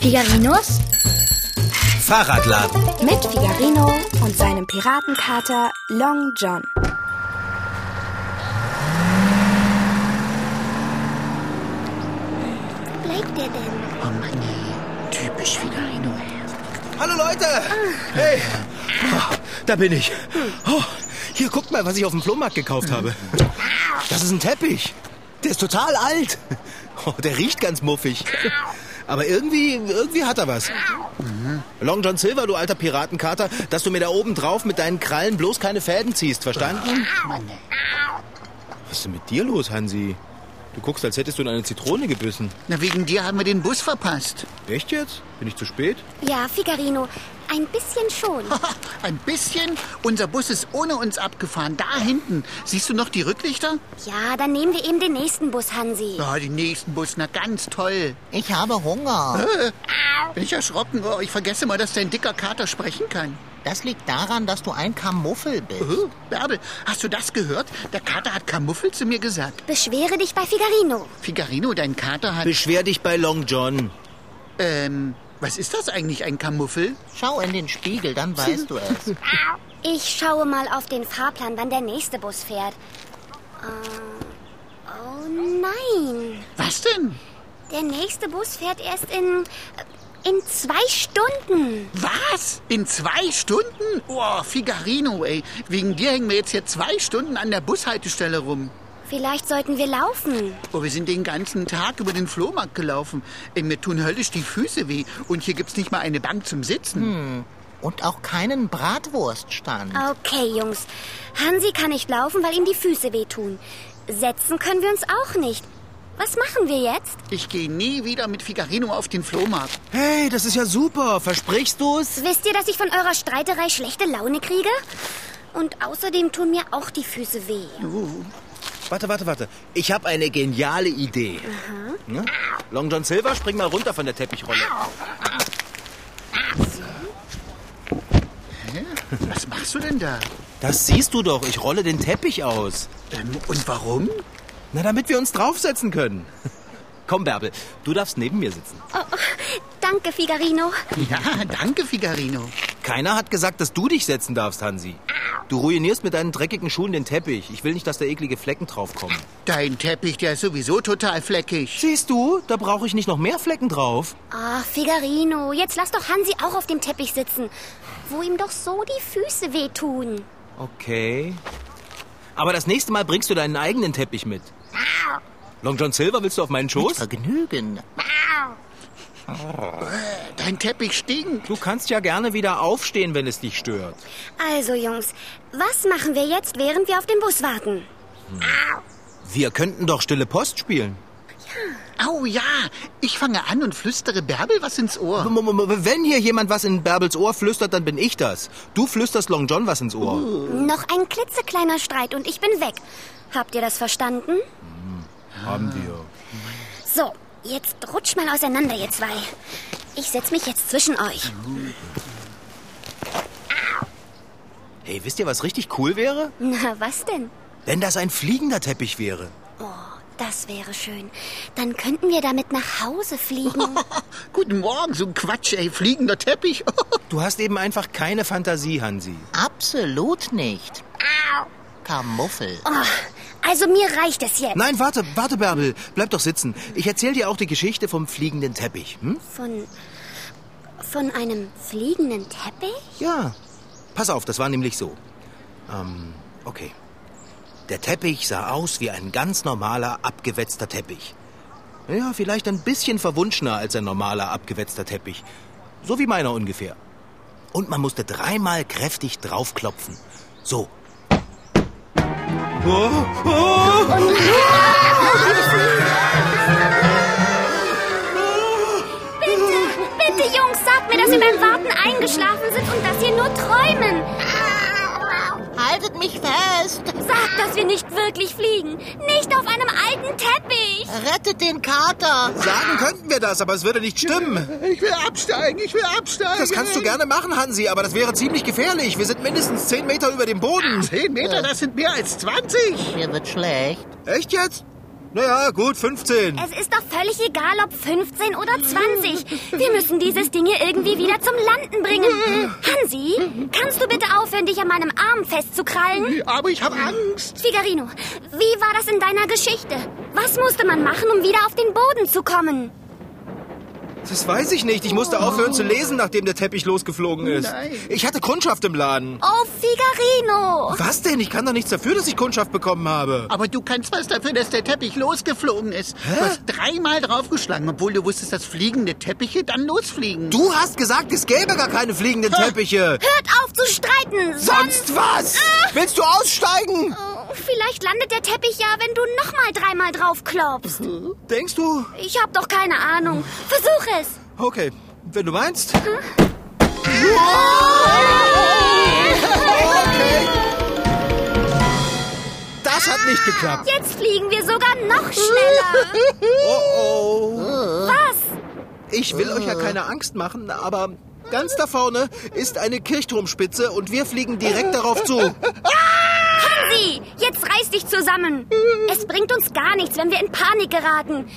Figarinos Fahrradladen. Mit Figarino und seinem Piratenkater Long John. Wo bleibt er denn? Oh Mann, ey. typisch Figarino. Hallo Leute! Hey! Ah, Da bin ich. Oh, hier, guckt mal, was ich auf dem Flohmarkt gekauft habe. Das ist ein Teppich. Der ist total alt. Oh, der riecht ganz muffig. Aber irgendwie, irgendwie hat er was. Long John Silver, du alter Piratenkater, dass du mir da oben drauf mit deinen Krallen bloß keine Fäden ziehst, verstanden? Mann, ey. Was ist denn mit dir los, Hansi? Du guckst, als hättest du in eine Zitrone gebissen. Na, wegen dir haben wir den Bus verpasst. Echt jetzt? Bin ich zu spät? Ja, Figarino, ein bisschen schon. Ein bisschen. Unser Bus ist ohne uns abgefahren. Da hinten. Siehst du noch die Rücklichter? Ja, dann nehmen wir eben den nächsten Bus, Hansi. Ja, den nächsten Bus. Na, ganz toll. Ich habe Hunger. Bin ich erschrocken. Oh, ich vergesse mal, dass dein dicker Kater sprechen kann. Das liegt daran, dass du ein Kamuffel bist. Oh, Bärbel, hast du das gehört? Der Kater hat Kamuffel zu mir gesagt. Beschwere dich bei Figarino. Figarino, dein Kater hat... Beschwer dich bei Long John. Ähm, was ist das eigentlich, ein Kamuffel? Schau in den Spiegel, dann weißt du es. Ich schaue mal auf den Fahrplan, wann der nächste Bus fährt. Äh, oh nein. Was denn? Der nächste Bus fährt erst in. in zwei Stunden. Was? In zwei Stunden? Oh, Figarino, ey. Wegen dir hängen wir jetzt hier zwei Stunden an der Bushaltestelle rum. Vielleicht sollten wir laufen. Oh, wir sind den ganzen Tag über den Flohmarkt gelaufen. Ey, mir tun höllisch die Füße weh. Und hier gibt's nicht mal eine Bank zum Sitzen. Und auch keinen Bratwurststand. Okay, Jungs. Hansi kann nicht laufen, weil ihm die Füße wehtun. Setzen können wir uns auch nicht. Was machen wir jetzt? Ich gehe nie wieder mit Figarino auf den Flohmarkt. Hey, das ist ja super. Versprichst du's? Wisst ihr, dass ich von eurer Streiterei schlechte Laune kriege? Und außerdem tun mir auch die Füße weh. Warte, warte, warte. Ich habe eine geniale Idee. Ne? Long John Silver, spring mal runter von der Teppichrolle. Hä? Was machst du denn da? Das siehst du doch. Ich rolle den Teppich aus. Ähm, und warum? Na, damit wir uns draufsetzen können. Komm, Bärbel, du darfst neben mir sitzen. Danke, Figarino. Ja, danke, Figarino. Keiner hat gesagt, dass du dich setzen darfst, Hansi. Du ruinierst mit deinen dreckigen Schuhen den Teppich. Ich will nicht, dass da eklige Flecken draufkommen. Dein Teppich, der ist sowieso total fleckig. Siehst du, da brauche ich nicht noch mehr Flecken drauf. Ah, Figarino, jetzt lass doch Hansi auch auf dem Teppich sitzen, wo ihm doch so die Füße wehtun. Okay. Aber das nächste Mal bringst du deinen eigenen Teppich mit. Long John Silver, willst du auf meinen Schoß? Vergnügen. Dein Teppich stinkt. Du kannst ja gerne wieder aufstehen, wenn es dich stört. Also, Jungs, was machen wir jetzt, während wir auf den Bus warten? Wir könnten doch Stille Post spielen. Au ja, ich fange an und flüstere Bärbel was ins Ohr. M- m- m- Wenn hier jemand was in Bärbels Ohr flüstert, dann bin ich das. Du flüsterst Long John was ins Ohr. Noch ein klitzekleiner Streit und ich bin weg. Habt ihr das verstanden? Haben wir. So, jetzt rutscht mal auseinander, ihr zwei. Ich setz mich jetzt zwischen euch. Hey, wisst ihr, was richtig cool wäre? Na, was denn? Wenn das ein fliegender Teppich wäre. Das wäre schön. Dann könnten wir damit nach Hause fliegen. Guten Morgen, so ein Quatsch, ey, fliegender Teppich. Du hast eben einfach keine Fantasie, Hansi. Absolut nicht. Kamuffel. Also mir reicht es jetzt. Nein, warte, warte, Bärbel. Bleib doch sitzen. Ich erzähl dir auch die Geschichte vom fliegenden Teppich. Hm? Von. von einem fliegenden Teppich? Ja. Pass auf, das war nämlich so. Ähm, okay. Der Teppich sah aus wie ein ganz normaler, abgewetzter Teppich. Ja, vielleicht ein bisschen verwunschener als ein normaler, abgewetzter Teppich. So wie meiner ungefähr. Und man musste dreimal kräftig draufklopfen. So. Oh, oh. Bitte, Jungs, sagt mir, dass wir beim Warten eingeschlafen sind und dass wir nur träumen. Haltet mich fest. Sagt, dass wir nicht wirklich fliegen. Nicht auf einem alten Teppich. Rettet den Kater. Sagen könnten wir das, aber es würde nicht stimmen. Ich will absteigen, ich will absteigen. Das kannst du gerne machen, Hansi, aber das wäre ziemlich gefährlich. Wir sind mindestens zehn Meter über dem Boden. Zehn Meter, das sind mehr als 20. Mir wird schlecht. Echt jetzt? Naja, gut, 15. Es ist doch völlig egal, ob 15 oder 20. Wir müssen dieses Ding hier irgendwie wieder zum Landen bringen. Hansi, kannst du bitte aufhören, dich an meinem Arm festzukrallen? Aber ich habe Angst. Figarino, wie war das in deiner Geschichte? Was musste man machen, um wieder auf den Boden zu kommen? Das weiß ich nicht. Ich musste aufhören zu lesen, nachdem der Teppich losgeflogen ist. Nein. Ich hatte Kundschaft im Laden. Oh, Figarino! Was denn? Ich kann doch nichts dafür, dass ich Kundschaft bekommen habe. Aber du kannst was dafür, dass der Teppich losgeflogen ist. Du hast dreimal draufgeschlagen, obwohl du wusstest, dass fliegende Teppiche dann losfliegen. Du hast gesagt, es gäbe gar keine fliegenden Teppiche. Hört auf zu streiten! Sonst... Sonst was? Willst du aussteigen? Oh, vielleicht landet der Teppich ja, wenn du nochmal dreimal drauf klopfst. Denkst du? Ich hab doch keine Ahnung. Versuch es! Okay, wenn du meinst. Okay. Das hat nicht geklappt. Jetzt fliegen wir sogar noch schneller. Oh oh. Was? Ich will euch ja Ah. keine Angst machen, aber ganz da vorne ist eine Kirchturmspitze und wir fliegen direkt darauf zu. Hansi, jetzt reiß dich zusammen. Es bringt uns gar nichts, wenn wir in Panik geraten.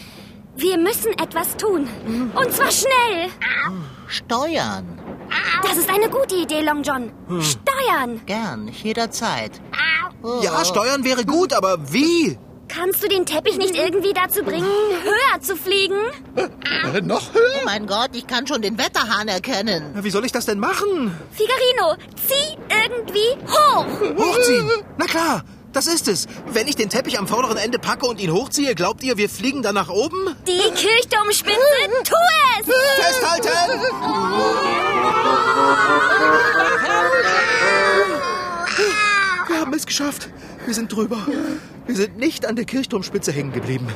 Wir müssen etwas tun. Und zwar schnell. Steuern. Das ist eine gute Idee, Long John. Steuern. Gern, jederzeit. Ja, Ah. steuern wäre gut, aber wie? Kannst du den Teppich nicht irgendwie dazu bringen, höher zu fliegen? Äh, noch höher? Oh mein Gott, ich kann schon den Wetterhahn erkennen. Na, Wie soll ich das denn machen? Figarino, zieh irgendwie hoch. Hochziehen. Na klar, das ist es. Wenn ich den Teppich am vorderen Ende packe und ihn hochziehe, glaubt ihr, wir fliegen dann nach oben? Die Kirchturmspitze, tu es. Festhalten! Wir haben es geschafft. Wir sind drüber. Wir sind nicht an der Kirchturmspitze hängen geblieben.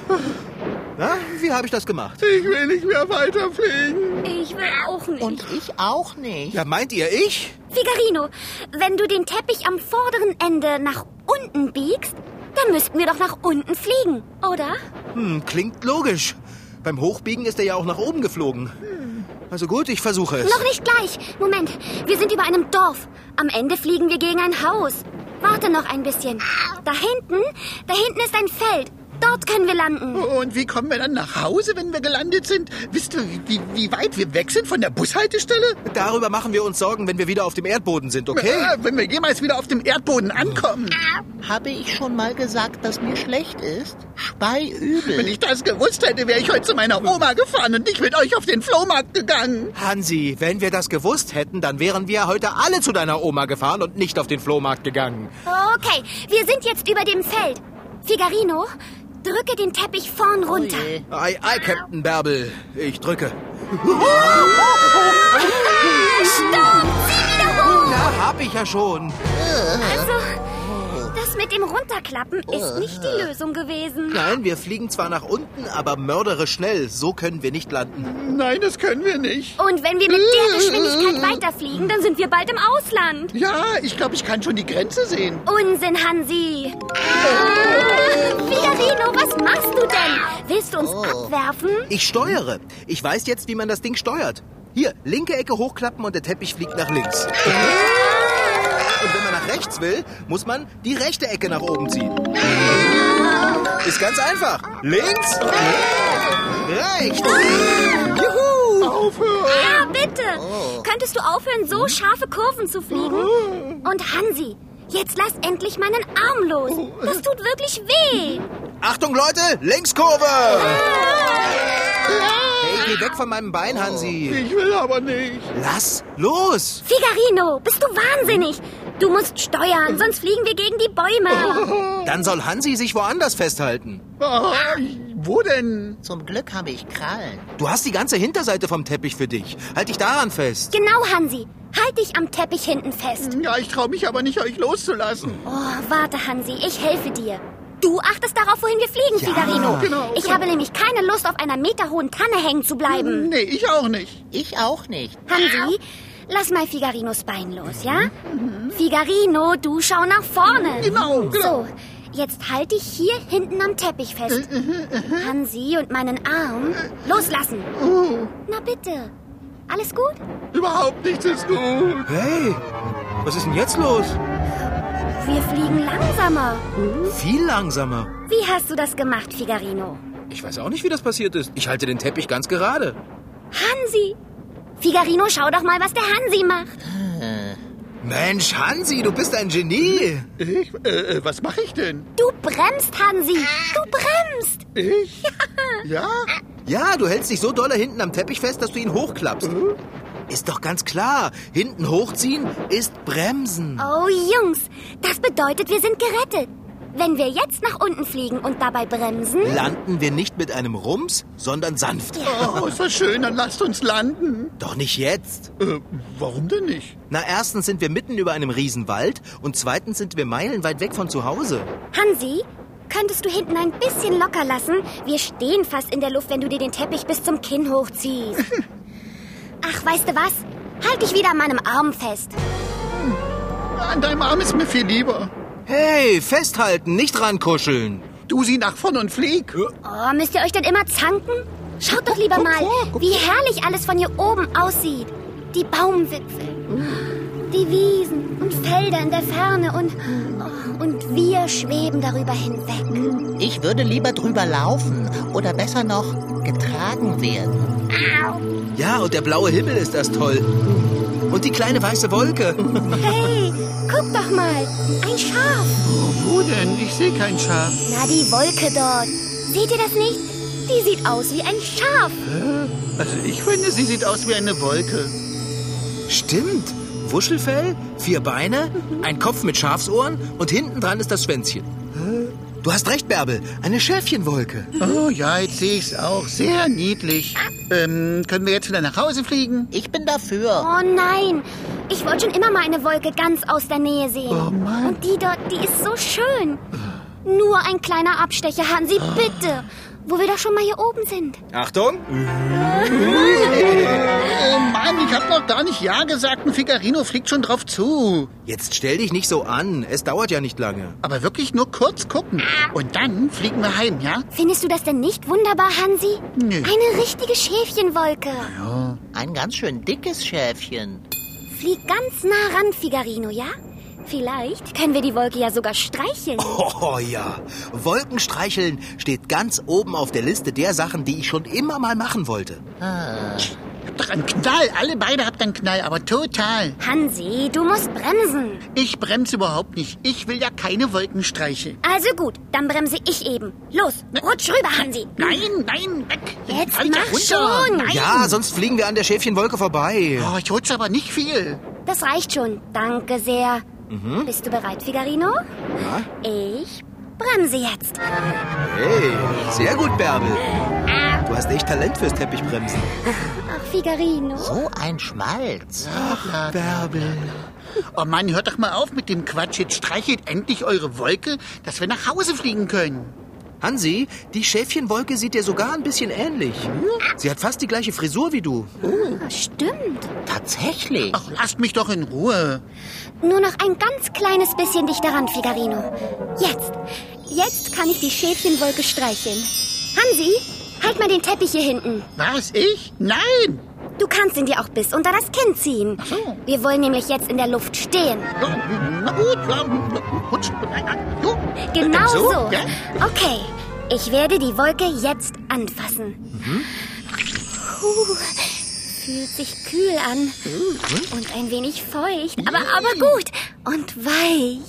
Na, wie habe ich das gemacht? Ich will nicht mehr weiterfliegen. Ich will auch nicht. Und ich auch nicht. Ja, meint ihr ich? Figarino, wenn du den Teppich am vorderen Ende nach unten biegst, dann müssten wir doch nach unten fliegen, oder? Hm, klingt logisch. Beim Hochbiegen ist er ja auch nach oben geflogen. Hm. Also gut, ich versuche es. Noch nicht gleich. Moment, wir sind über einem Dorf. Am Ende fliegen wir gegen ein Haus. Warte noch ein bisschen. Da hinten, da hinten ist ein Feld. Dort können wir landen. Und wie kommen wir dann nach Hause, wenn wir gelandet sind? Wisst ihr, wie, wie weit wir weg sind von der Bushaltestelle? Darüber machen wir uns Sorgen, wenn wir wieder auf dem Erdboden sind, okay? Äh, wenn wir jemals wieder auf dem Erdboden ankommen. Habe ich schon mal gesagt, dass mir schlecht ist? Wenn Speiübel. ich das gewusst hätte, wäre ich heute zu meiner Oma gefahren und nicht mit euch auf den Flohmarkt gegangen. Hansi, wenn wir das gewusst hätten, dann wären wir heute alle zu deiner Oma gefahren und nicht auf den Flohmarkt gegangen. Okay, wir sind jetzt über dem Feld. Figarino, drücke den Teppich vorn runter. Oje. Ei, ei, Captain Bärbel. Ich drücke. Na, hab ich ja schon. Also, das mit dem Runterklappen ist nicht die Lösung gewesen. Nein, wir fliegen zwar nach unten, aber mörderisch schnell. So können wir nicht landen. Nein, das können wir nicht. Und wenn wir mit der Geschwindigkeit weiterfliegen, dann sind wir bald im Ausland. Ja, ich glaube, ich kann schon die Grenze sehen. Unsinn, Hansi. Ah, Figarino, was machst du denn? Willst du uns abwerfen? Ich steuere. Ich weiß jetzt, wie man das Ding steuert. Hier, linke Ecke hochklappen und der Teppich fliegt nach links. Und wenn man nach rechts will, muss man die rechte Ecke nach oben ziehen. Ist ganz einfach. Links, rechts. Juhu! Aufhören! Ja, Ah, bitte. Könntest du aufhören, so scharfe Kurven zu fliegen? Und Hansi, jetzt lass endlich meinen Arm los. Das tut wirklich weh. Achtung, Leute, Linkskurve! Hey, geh weg von meinem Bein, Hansi. Ich will aber nicht. Lass los! Figarino, bist du wahnsinnig? Du musst steuern, sonst fliegen wir gegen die Bäume. Dann soll Hansi sich woanders festhalten. Ah, wo denn? Zum Glück habe ich Krallen. Du hast die ganze Hinterseite vom Teppich für dich. Halt dich daran fest. Genau, Hansi. Halt dich am Teppich hinten fest. Ja, ich traue mich aber nicht, euch loszulassen. Oh, warte, Hansi, ich helfe dir. Du achtest darauf, wohin wir fliegen, Figarino. genau, ich habe nämlich keine Lust, auf einer meterhohen Tanne hängen zu bleiben. Nee, ich auch nicht. Ich auch nicht. Hansi, lass mal Figarinos Bein los, ja? Figarino, du schau nach vorne. Genau, genau. So, jetzt halte ich hier hinten am Teppich fest. Hansi und meinen Arm loslassen. Na bitte. Alles gut? Überhaupt nichts ist gut. Hey, was ist denn jetzt los? Wir fliegen langsamer. Viel langsamer. Wie hast du das gemacht, Figarino? Ich weiß auch nicht, wie das passiert ist. Ich halte den Teppich ganz gerade. Hansi! Figarino, schau doch mal, was der Hansi macht. Mensch, Hansi, du bist ein Genie. Ich? Äh, was mache ich denn? Du bremst, Hansi! Du bremst! Ich? Ja? Ja, du hältst dich so dolle hinten am Teppich fest, dass du ihn hochklappst. Ist doch ganz klar. Hinten hochziehen ist bremsen. Oh, Jungs, das bedeutet, wir sind gerettet. Wenn wir jetzt nach unten fliegen und dabei bremsen, Landen wir nicht mit einem Rums, sondern sanft. Oh, ist das schön, dann lasst uns landen. Doch nicht jetzt. Äh, warum denn nicht? Na, erstens sind wir mitten über einem Riesenwald und zweitens sind wir meilenweit weg von zu Hause. Hansi, könntest du hinten ein bisschen locker lassen? Wir stehen fast in der Luft, wenn du dir den Teppich bis zum Kinn hochziehst. Ach, weißt du was? Halt dich wieder an meinem Arm fest. An deinem Arm ist mir viel lieber. Hey, festhalten, nicht rankuscheln. Du sieh nach vorn und flieg. Oh, müsst ihr euch denn immer zanken? Schaut doch lieber mal, wie herrlich alles von hier oben aussieht. Die Baumwipfel, die Wiesen und Felder in der Ferne und, oh, und wir schweben darüber hinweg. Ich würde lieber drüber laufen oder besser noch getragen werden. Ja, und der blaue Himmel ist erst toll. Und die kleine weiße Wolke. Hey, guck doch mal, ein Schaf. Wo denn? Ich sehe kein Schaf. Na, die Wolke dort. Seht ihr das nicht? Die sieht aus wie ein Schaf. Also ich finde, sie sieht aus wie eine Wolke. Stimmt. Wuschelfell, vier Beine, ein Kopf mit Schafsohren und hinten dran ist das Schwänzchen. Du hast recht, Bärbel. Eine Schäfchenwolke. Oh ja, jetzt sehe ich's auch. Sehr niedlich. Ähm, können wir jetzt wieder nach Hause fliegen? Ich bin dafür. Oh nein, ich wollte schon immer mal eine Wolke ganz aus der Nähe sehen. Oh Mann. Und die dort, die ist so schön. Nur ein kleiner Abstecher, Hansi, Ah. bitte. Wo wir doch schon mal hier oben sind. Achtung! Oh Mann, ich hab noch gar nicht Ja gesagt. Ein Figarino fliegt schon drauf zu. Jetzt stell dich nicht so an. Es dauert ja nicht lange. Aber wirklich nur kurz gucken. Und dann fliegen wir heim, ja? Findest du das denn nicht wunderbar, Hansi? Nö. Eine richtige Schäfchenwolke. Ein ganz schön dickes Schäfchen. Flieg ganz nah ran, Figarino, ja? Vielleicht können wir die Wolke ja sogar streicheln. Oh ja. Wolken streicheln steht ganz oben auf der Liste der Sachen, die ich schon immer mal machen wollte. Habt doch einen Knall. Alle beide habt einen Knall, aber total. Hansi, du musst bremsen. Ich bremse überhaupt nicht. Ich will ja keine Wolkenstreiche. Also gut, dann bremse ich eben. Los, rutsch rüber, Hansi. Nein, nein, weg. Jetzt Alter, mach runter. schon. Nein. Ja, sonst fliegen wir an der Schäfchenwolke vorbei. Oh, ich rutsche aber nicht viel. Das reicht schon. Danke sehr. Bist du bereit, Figarino? Ich bremse jetzt. Hey, sehr gut, Bärbel. Du hast echt Talent fürs Teppichbremsen. Ach, Figarino. So ein Schmalz. Bärbel. Oh Mann, hört doch mal auf mit dem Quatsch. Jetzt streichelt endlich eure Wolke, dass wir nach Hause fliegen können. Hansi, die Schäfchenwolke sieht dir sogar ein bisschen ähnlich. Sie hat fast die gleiche Frisur wie du. Ah, Stimmt. Tatsächlich. Ach, lasst mich doch in Ruhe. Nur noch ein ganz kleines bisschen dichter ran, Figarino. Jetzt. Jetzt kann ich die Schäfchenwolke streicheln. Hansi, halt mal den Teppich hier hinten. Was, ich? Nein. Du kannst ihn dir auch bis unter das Kinn ziehen. so. Wir wollen nämlich jetzt in der Luft stehen. Na gut, ähm, rutsch. Nein, nein, so. Genau So, so. ja. Okay, ich werde die Wolke jetzt anfassen. Puh, fühlt sich kühl an und ein wenig feucht, aber, aber gut und weich.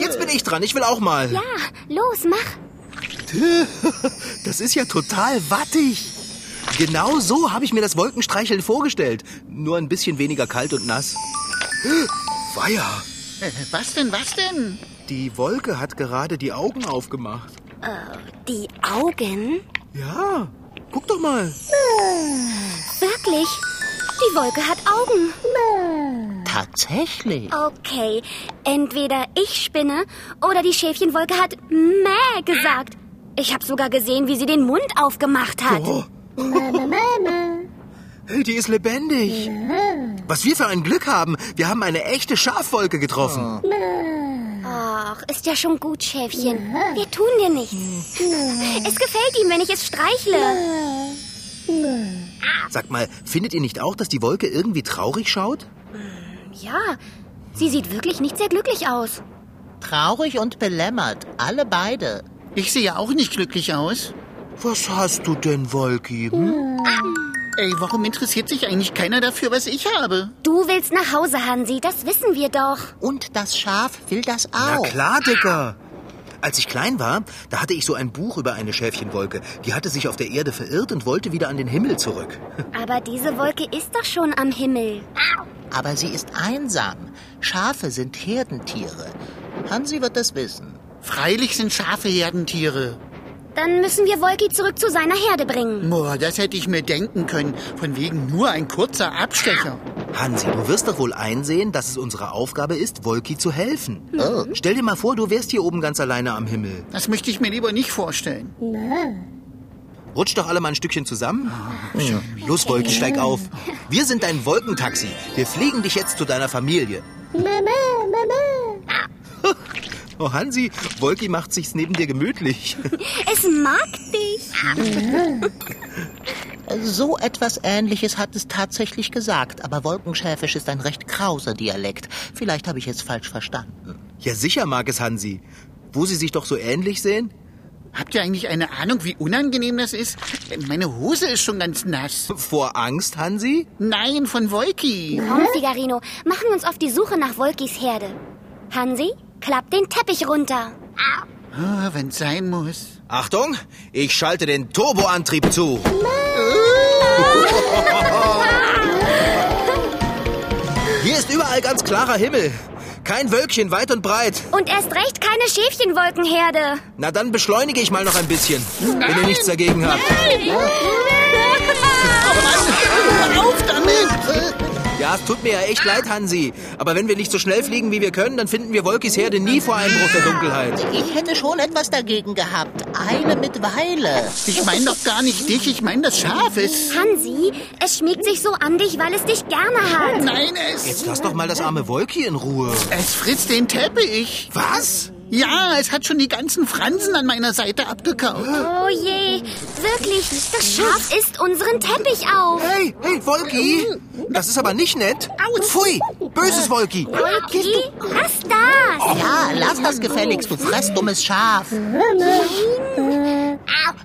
Jetzt bin ich dran, ich will auch mal. Ja, los, mach. Das ist ja total wattig. Genau so habe ich mir das Wolkenstreicheln vorgestellt. Nur ein bisschen weniger kalt und nass. Weia, Äh, Was denn, was denn? die Wolke hat gerade die Augen aufgemacht. Die Augen? Ja, guck doch mal. Wirklich? Die Wolke hat Augen. Tatsächlich. Okay, entweder ich spinne oder die Schäfchenwolke hat Mäh gesagt. Ich habe sogar gesehen, wie sie den Mund aufgemacht hat. Oh. Hey, die ist lebendig. Was wir für ein Glück haben. Wir haben eine echte Schafwolke Ah. getroffen. Ach, ist ja schon gut, Schäfchen. Wir tun dir nichts. Es gefällt ihm, wenn ich es streichle. Sagt mal, findet ihr nicht auch, dass die Wolke irgendwie traurig schaut? Ja, sie sieht wirklich nicht sehr glücklich aus. Traurig und belämmert, alle beide. Ich sehe auch nicht glücklich aus. Was hast du denn, hm? Wollkieben? Ey, warum interessiert sich eigentlich keiner dafür, was ich habe? Du willst nach Hause, Hansi, das wissen wir doch. Und das Schaf will das Na auch. klar, Dicker. Als ich klein war, da hatte ich so ein Buch über eine Schäfchenwolke. Die hatte sich auf der Erde verirrt und wollte wieder an den Himmel zurück. Aber diese Wolke ist doch schon am Himmel. Aber sie ist einsam. Schafe sind Herdentiere. Hansi wird das wissen. Freilich sind Schafe Herdentiere. Dann müssen wir Wolki zurück zu seiner Herde bringen. Boah, das hätte ich mir denken können. Von wegen nur ein kurzer Abstecher. Hansi, du wirst doch wohl einsehen, dass es unsere Aufgabe ist, Wolki zu helfen. Stell dir mal vor, du wärst hier oben ganz alleine am Himmel. Das möchte ich mir lieber nicht vorstellen. Rutsch doch alle mal ein Stückchen zusammen. Los, Wolki, steig auf. Wir sind dein Wolkentaxi. Wir fliegen dich jetzt zu deiner Familie. Oh, Hansi, Wolki macht sich's neben dir gemütlich. Es mag dich. So etwas Ähnliches hat es tatsächlich gesagt, aber Wolkenschäfisch ist ein recht krauser Dialekt. Vielleicht habe ich es falsch verstanden. Ja, sicher mag es Hansi. Wo sie sich doch so ähnlich sehen? Habt ihr eigentlich eine Ahnung, wie unangenehm das ist? Meine Hose ist schon ganz nass. Vor Angst, Hansi? Nein, von Wolki. Komm, Figarino, machen uns auf die Suche nach Wolkis Herde. Hansi, klapp den Teppich runter. Ah, wenn's sein muss. Achtung, ich schalte den Turboantrieb zu. Hier ist überall ganz klarer Himmel. Kein Wölkchen weit und breit. Und erst recht keine Schäfchenwolkenherde. Na dann beschleunige ich mal noch ein bisschen, wenn ihr nichts dagegen habt. Auf damit! Ja, es tut mir ja echt leid, Hansi. Aber wenn wir nicht so schnell fliegen, wie wir können, dann finden wir Wolkis Herde nie vor Einbruch der Dunkelheit. Ich hätte schon etwas dagegen gehabt. Eine mit Weile. Ich meine doch gar nicht dich, ich meine das Schaf. Es, Hansi, es schmiegt sich so an dich, weil es dich gerne hat. nein, es, Jetzt lass doch mal das arme Wolki in Ruhe. es frisst den Teppich. Was? Ja, es hat schon die ganzen Fransen an meiner Seite abgekaut. Oh je, wirklich, das Schaf isst unseren Teppich auf. Hey, hey, Wolki! Das ist aber nicht nett. Pfui, böses Wolki. Wolki, lass das. Ja, lass das gefälligst, du fress dummes Schaf.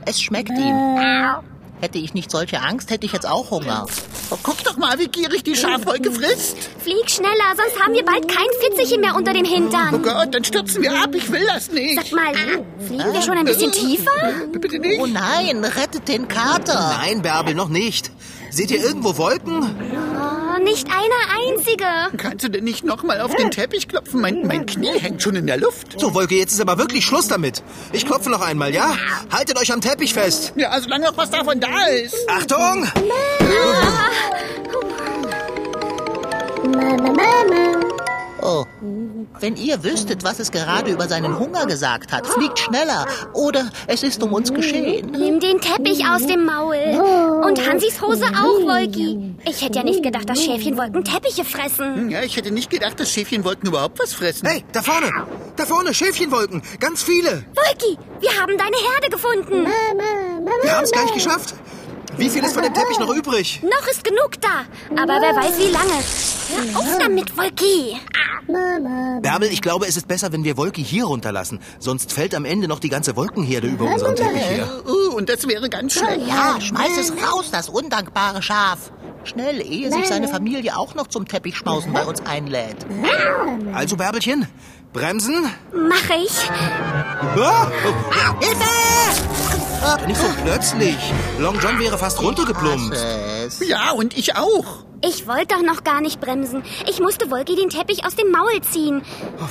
Es schmeckt ihm. Hätte ich nicht solche Angst, hätte ich jetzt auch Hunger. Oh, guck doch mal, wie gierig die Schafwolke frisst. Flieg schneller, sonst haben wir bald kein Fitzelchen mehr unter dem Oh Hintern. Gott, dann stürzen wir ab, ich will das Sag nicht. mal, fliegen wir schon ein bisschen tiefer? Bitte Oh nicht. nein, rettet den Kater. Nein, Bärbel, noch nicht. Seht ihr irgendwo Wolken? Oh, nicht eine einzige. Kannst du denn nicht nochmal auf den Teppich klopfen? Mein, mein Knie hängt schon in der Luft. So, Wolke, jetzt ist aber wirklich Schluss damit. Ich klopfe noch einmal, ja? Haltet euch am Teppich fest. Ja, solange noch was davon da ist. Achtung! Oh. Wenn ihr wüsstet, was es gerade über seinen Hunger gesagt hat, fliegt schneller. Oder es ist um uns geschehen. Nimm den Teppich aus dem Maul. Und Hansis Hose auch, Wolki. Ich hätte ja nicht gedacht, dass Schäfchenwolken Teppiche fressen. Ja, ich hätte nicht gedacht, dass Schäfchen wollten überhaupt was fressen. Hey, da vorne! Da vorne, Schäfchenwolken! Ganz viele! Wolki, wir haben deine Herde gefunden. Wir haben es gleich geschafft. Wie viel ist von dem Teppich noch übrig? Noch ist genug da. Aber wer weiß, wie lange. Hör auf damit, Wolki. Bärbel, ich glaube, es ist besser, wenn wir Wolki hier runterlassen. Sonst fällt am Ende noch die ganze Wolkenherde über unseren Teppich her. Uh, und das wäre ganz schlecht. Ja, schmeiß es raus, das undankbare Schaf. Schnell, ehe sich seine Familie auch noch zum Teppichschmausen bei uns einlädt. Also, Bärbelchen, bremsen. Mach ich. Ah! Hilfe! Nicht so plötzlich. Long John wäre fast runtergeplumpt. Es. Ja, und ich auch. Ich wollte doch noch gar nicht bremsen. Ich musste Wolki den Teppich aus dem Maul ziehen.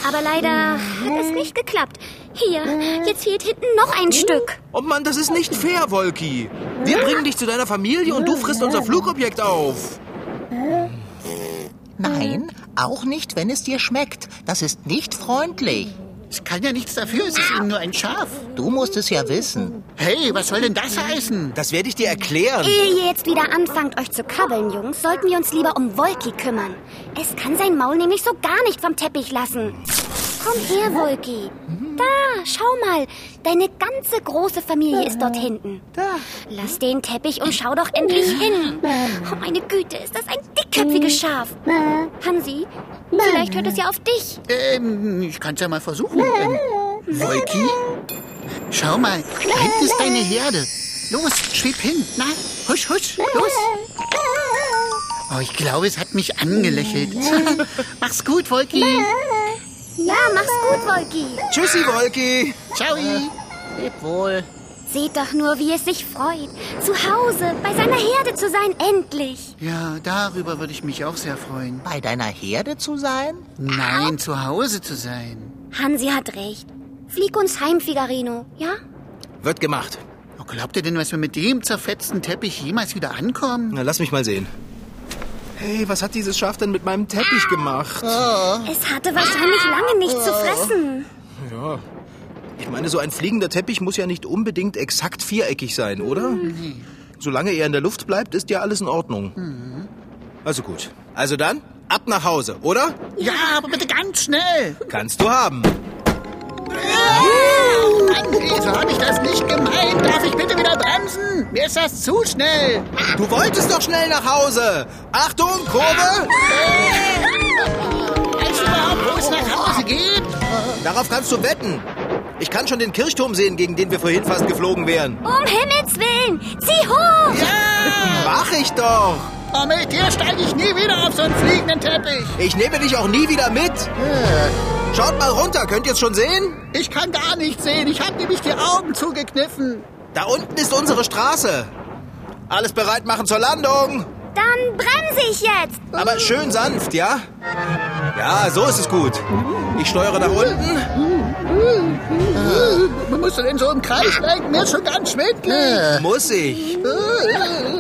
Aber leider hat es nicht geklappt. Hier, jetzt fehlt hinten noch ein Stück. Oh Mann, das ist nicht fair, Wolki. Wir bringen dich zu deiner Familie und du frisst unser Flugobjekt auf. Nein, auch nicht, wenn es dir schmeckt. Das ist nicht freundlich. Ich kann ja nichts dafür, es ist Ah. eben nur ein Schaf. Du musst es ja wissen. Hey, was soll denn das heißen? Das werde ich dir erklären. Ehe ihr jetzt wieder anfangt, euch zu kabbeln, Jungs, sollten wir uns lieber um Wolki kümmern. Es kann sein Maul nämlich so gar nicht vom Teppich lassen. Komm her, Wolki. Da, schau mal. Deine ganze große Familie ist dort hinten. Lass den Teppich und schau doch endlich hin. Oh, meine Güte, ist das ein dickköpfiges Schaf. Hansi, vielleicht hört es ja auf dich. Ähm, ich kann's ja mal versuchen. Ähm, Wolki? Schau mal, da hinten ist deine Herde. Los, schweb hin. Na, husch, husch, los. Oh, ich glaube, es hat mich angelächelt. Mach's gut, Wolki. Ja, mach's gut, Wolki. Tschüssi, Wolki. Ciao. Leb wohl. Seht doch nur, wie es sich freut, zu Hause bei seiner Herde zu sein, endlich. Ja, darüber würde ich mich auch sehr freuen. Bei deiner Herde zu sein? Nein, zu Hause zu sein. Hansi hat recht. Flieg uns heim, Figarino, ja? Wird gemacht. Oh, glaubt ihr denn, dass wir mit dem zerfetzten Teppich jemals wieder ankommen? Na, lass mich mal sehen. Hey, was hat dieses Schaf denn mit meinem Teppich gemacht? Es hatte wahrscheinlich lange nichts zu fressen. Ja. Ich meine, so ein fliegender Teppich muss ja nicht unbedingt exakt viereckig sein, oder? Solange er in der Luft bleibt, ist ja alles in Ordnung. Also gut. Also dann, ab nach Hause, oder? Ja, aber bitte ganz schnell. Kannst du haben. Nein, so habe ich das nicht gemeint. Darf ich bitte wieder bremsen? Mir ist das zu schnell. Du wolltest doch schnell nach Hause. Achtung, Kurve! Weißt du überhaupt, wo es nach Hause geht? Darauf kannst du wetten. Ich kann schon den Kirchturm sehen, gegen den wir vorhin fast geflogen wären. Um Himmels Willen, zieh hoch! Ja! Mach ich doch. Ah, Oh, mit dir steige ich nie wieder auf so einen fliegenden Teppich. Ich nehme dich auch nie wieder mit. Schaut mal runter, könnt ihr es schon sehen? Ich kann gar nichts sehen. Ich habe nämlich die Augen zugekniffen. Da unten ist unsere Straße. Alles bereit machen zur Landung. Dann bremse ich jetzt. Aber schön sanft, ja? Ja, so ist es gut. Ich steuere nach unten. Man muss denn in so einem Kreis steigen. Mir ist schon ganz schwindelig. Muss ich.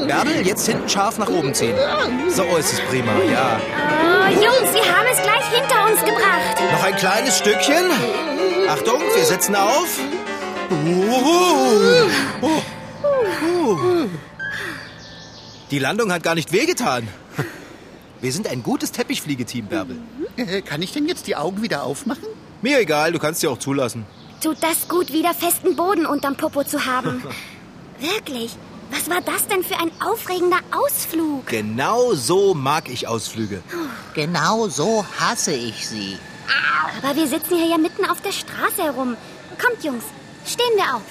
Bärbel, jetzt hinten scharf nach oben ziehen. So ist es prima, ja. Oh, Jungs, wir haben es gleich hinter uns gebracht. Noch ein kleines Stückchen. Achtung, wir setzen auf. Uh, uh, uh. Die Landung hat gar nicht wehgetan. Wir sind ein gutes Teppichfliegeteam, Bärbel. Äh, Kann ich denn jetzt die Augen wieder aufmachen? Mir egal, du kannst sie auch zulassen. Tut das gut, wieder festen Boden unterm Popo zu haben. Wirklich, was war das denn für ein aufregender Ausflug? Genau so mag ich Ausflüge. Genau so hasse ich sie. Aber wir sitzen hier ja mitten auf der Straße herum. Kommt, Jungs, stehen wir auf.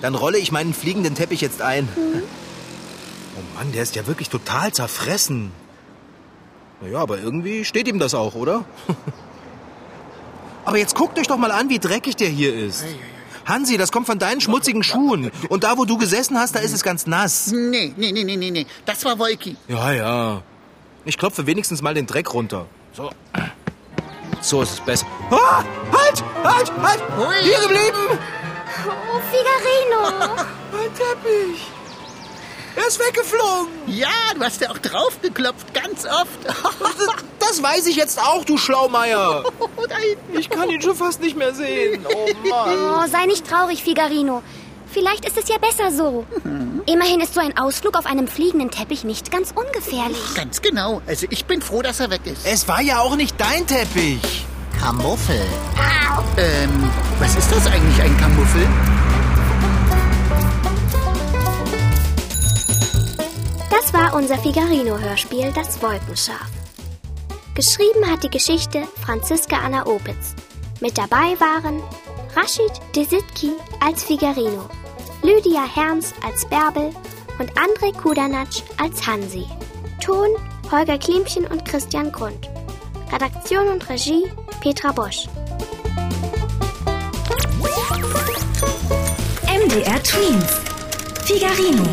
Dann rolle ich meinen fliegenden Teppich jetzt ein. Oh Mann, der ist ja wirklich total zerfressen. Naja, aber irgendwie steht ihm das auch, oder? aber jetzt guckt euch doch mal an, wie dreckig der hier ist. Hansi, das kommt von deinen schmutzigen Schuhen. Und da, wo du gesessen hast, da ist es ganz nass. Nee, nee, nee, nee, nee, nee. Das war Wolki. Ja, ja. Ich klopfe wenigstens mal den Dreck runter. So. So ist es besser. Ah, halt! Halt! Halt! Hui. Hier geblieben! Oh, Figarino. Mein Teppich! Er ist weggeflogen! Ja, du hast ja auch draufgeklopft, ganz oft. Das, das weiß ich jetzt auch, du Schlaumeier! Oh, da hinten. Ich kann ihn schon fast nicht mehr sehen. Oh Mann. Oh, sei nicht traurig, Figarino. Vielleicht ist es ja besser so. Immerhin ist so ein Ausflug auf einem fliegenden Teppich nicht ganz ungefährlich. Ganz genau. Also ich bin froh, dass er weg ist. Es war ja auch nicht dein Teppich. Kamuffel. Ähm, was ist das eigentlich, ein Kamuffel? Das war unser Figarino-Hörspiel Das Wolkenschaf. Geschrieben hat die Geschichte Franziska Anna Opitz. Mit dabei waren Rashid Desitki als Figarino, Lydia Herms als Bärbel und André Kudanatsch als Hansi. Ton Holger Klimchen und Christian Grund. Redaktion und Regie Petra Bosch. MDR Twins. Figarino.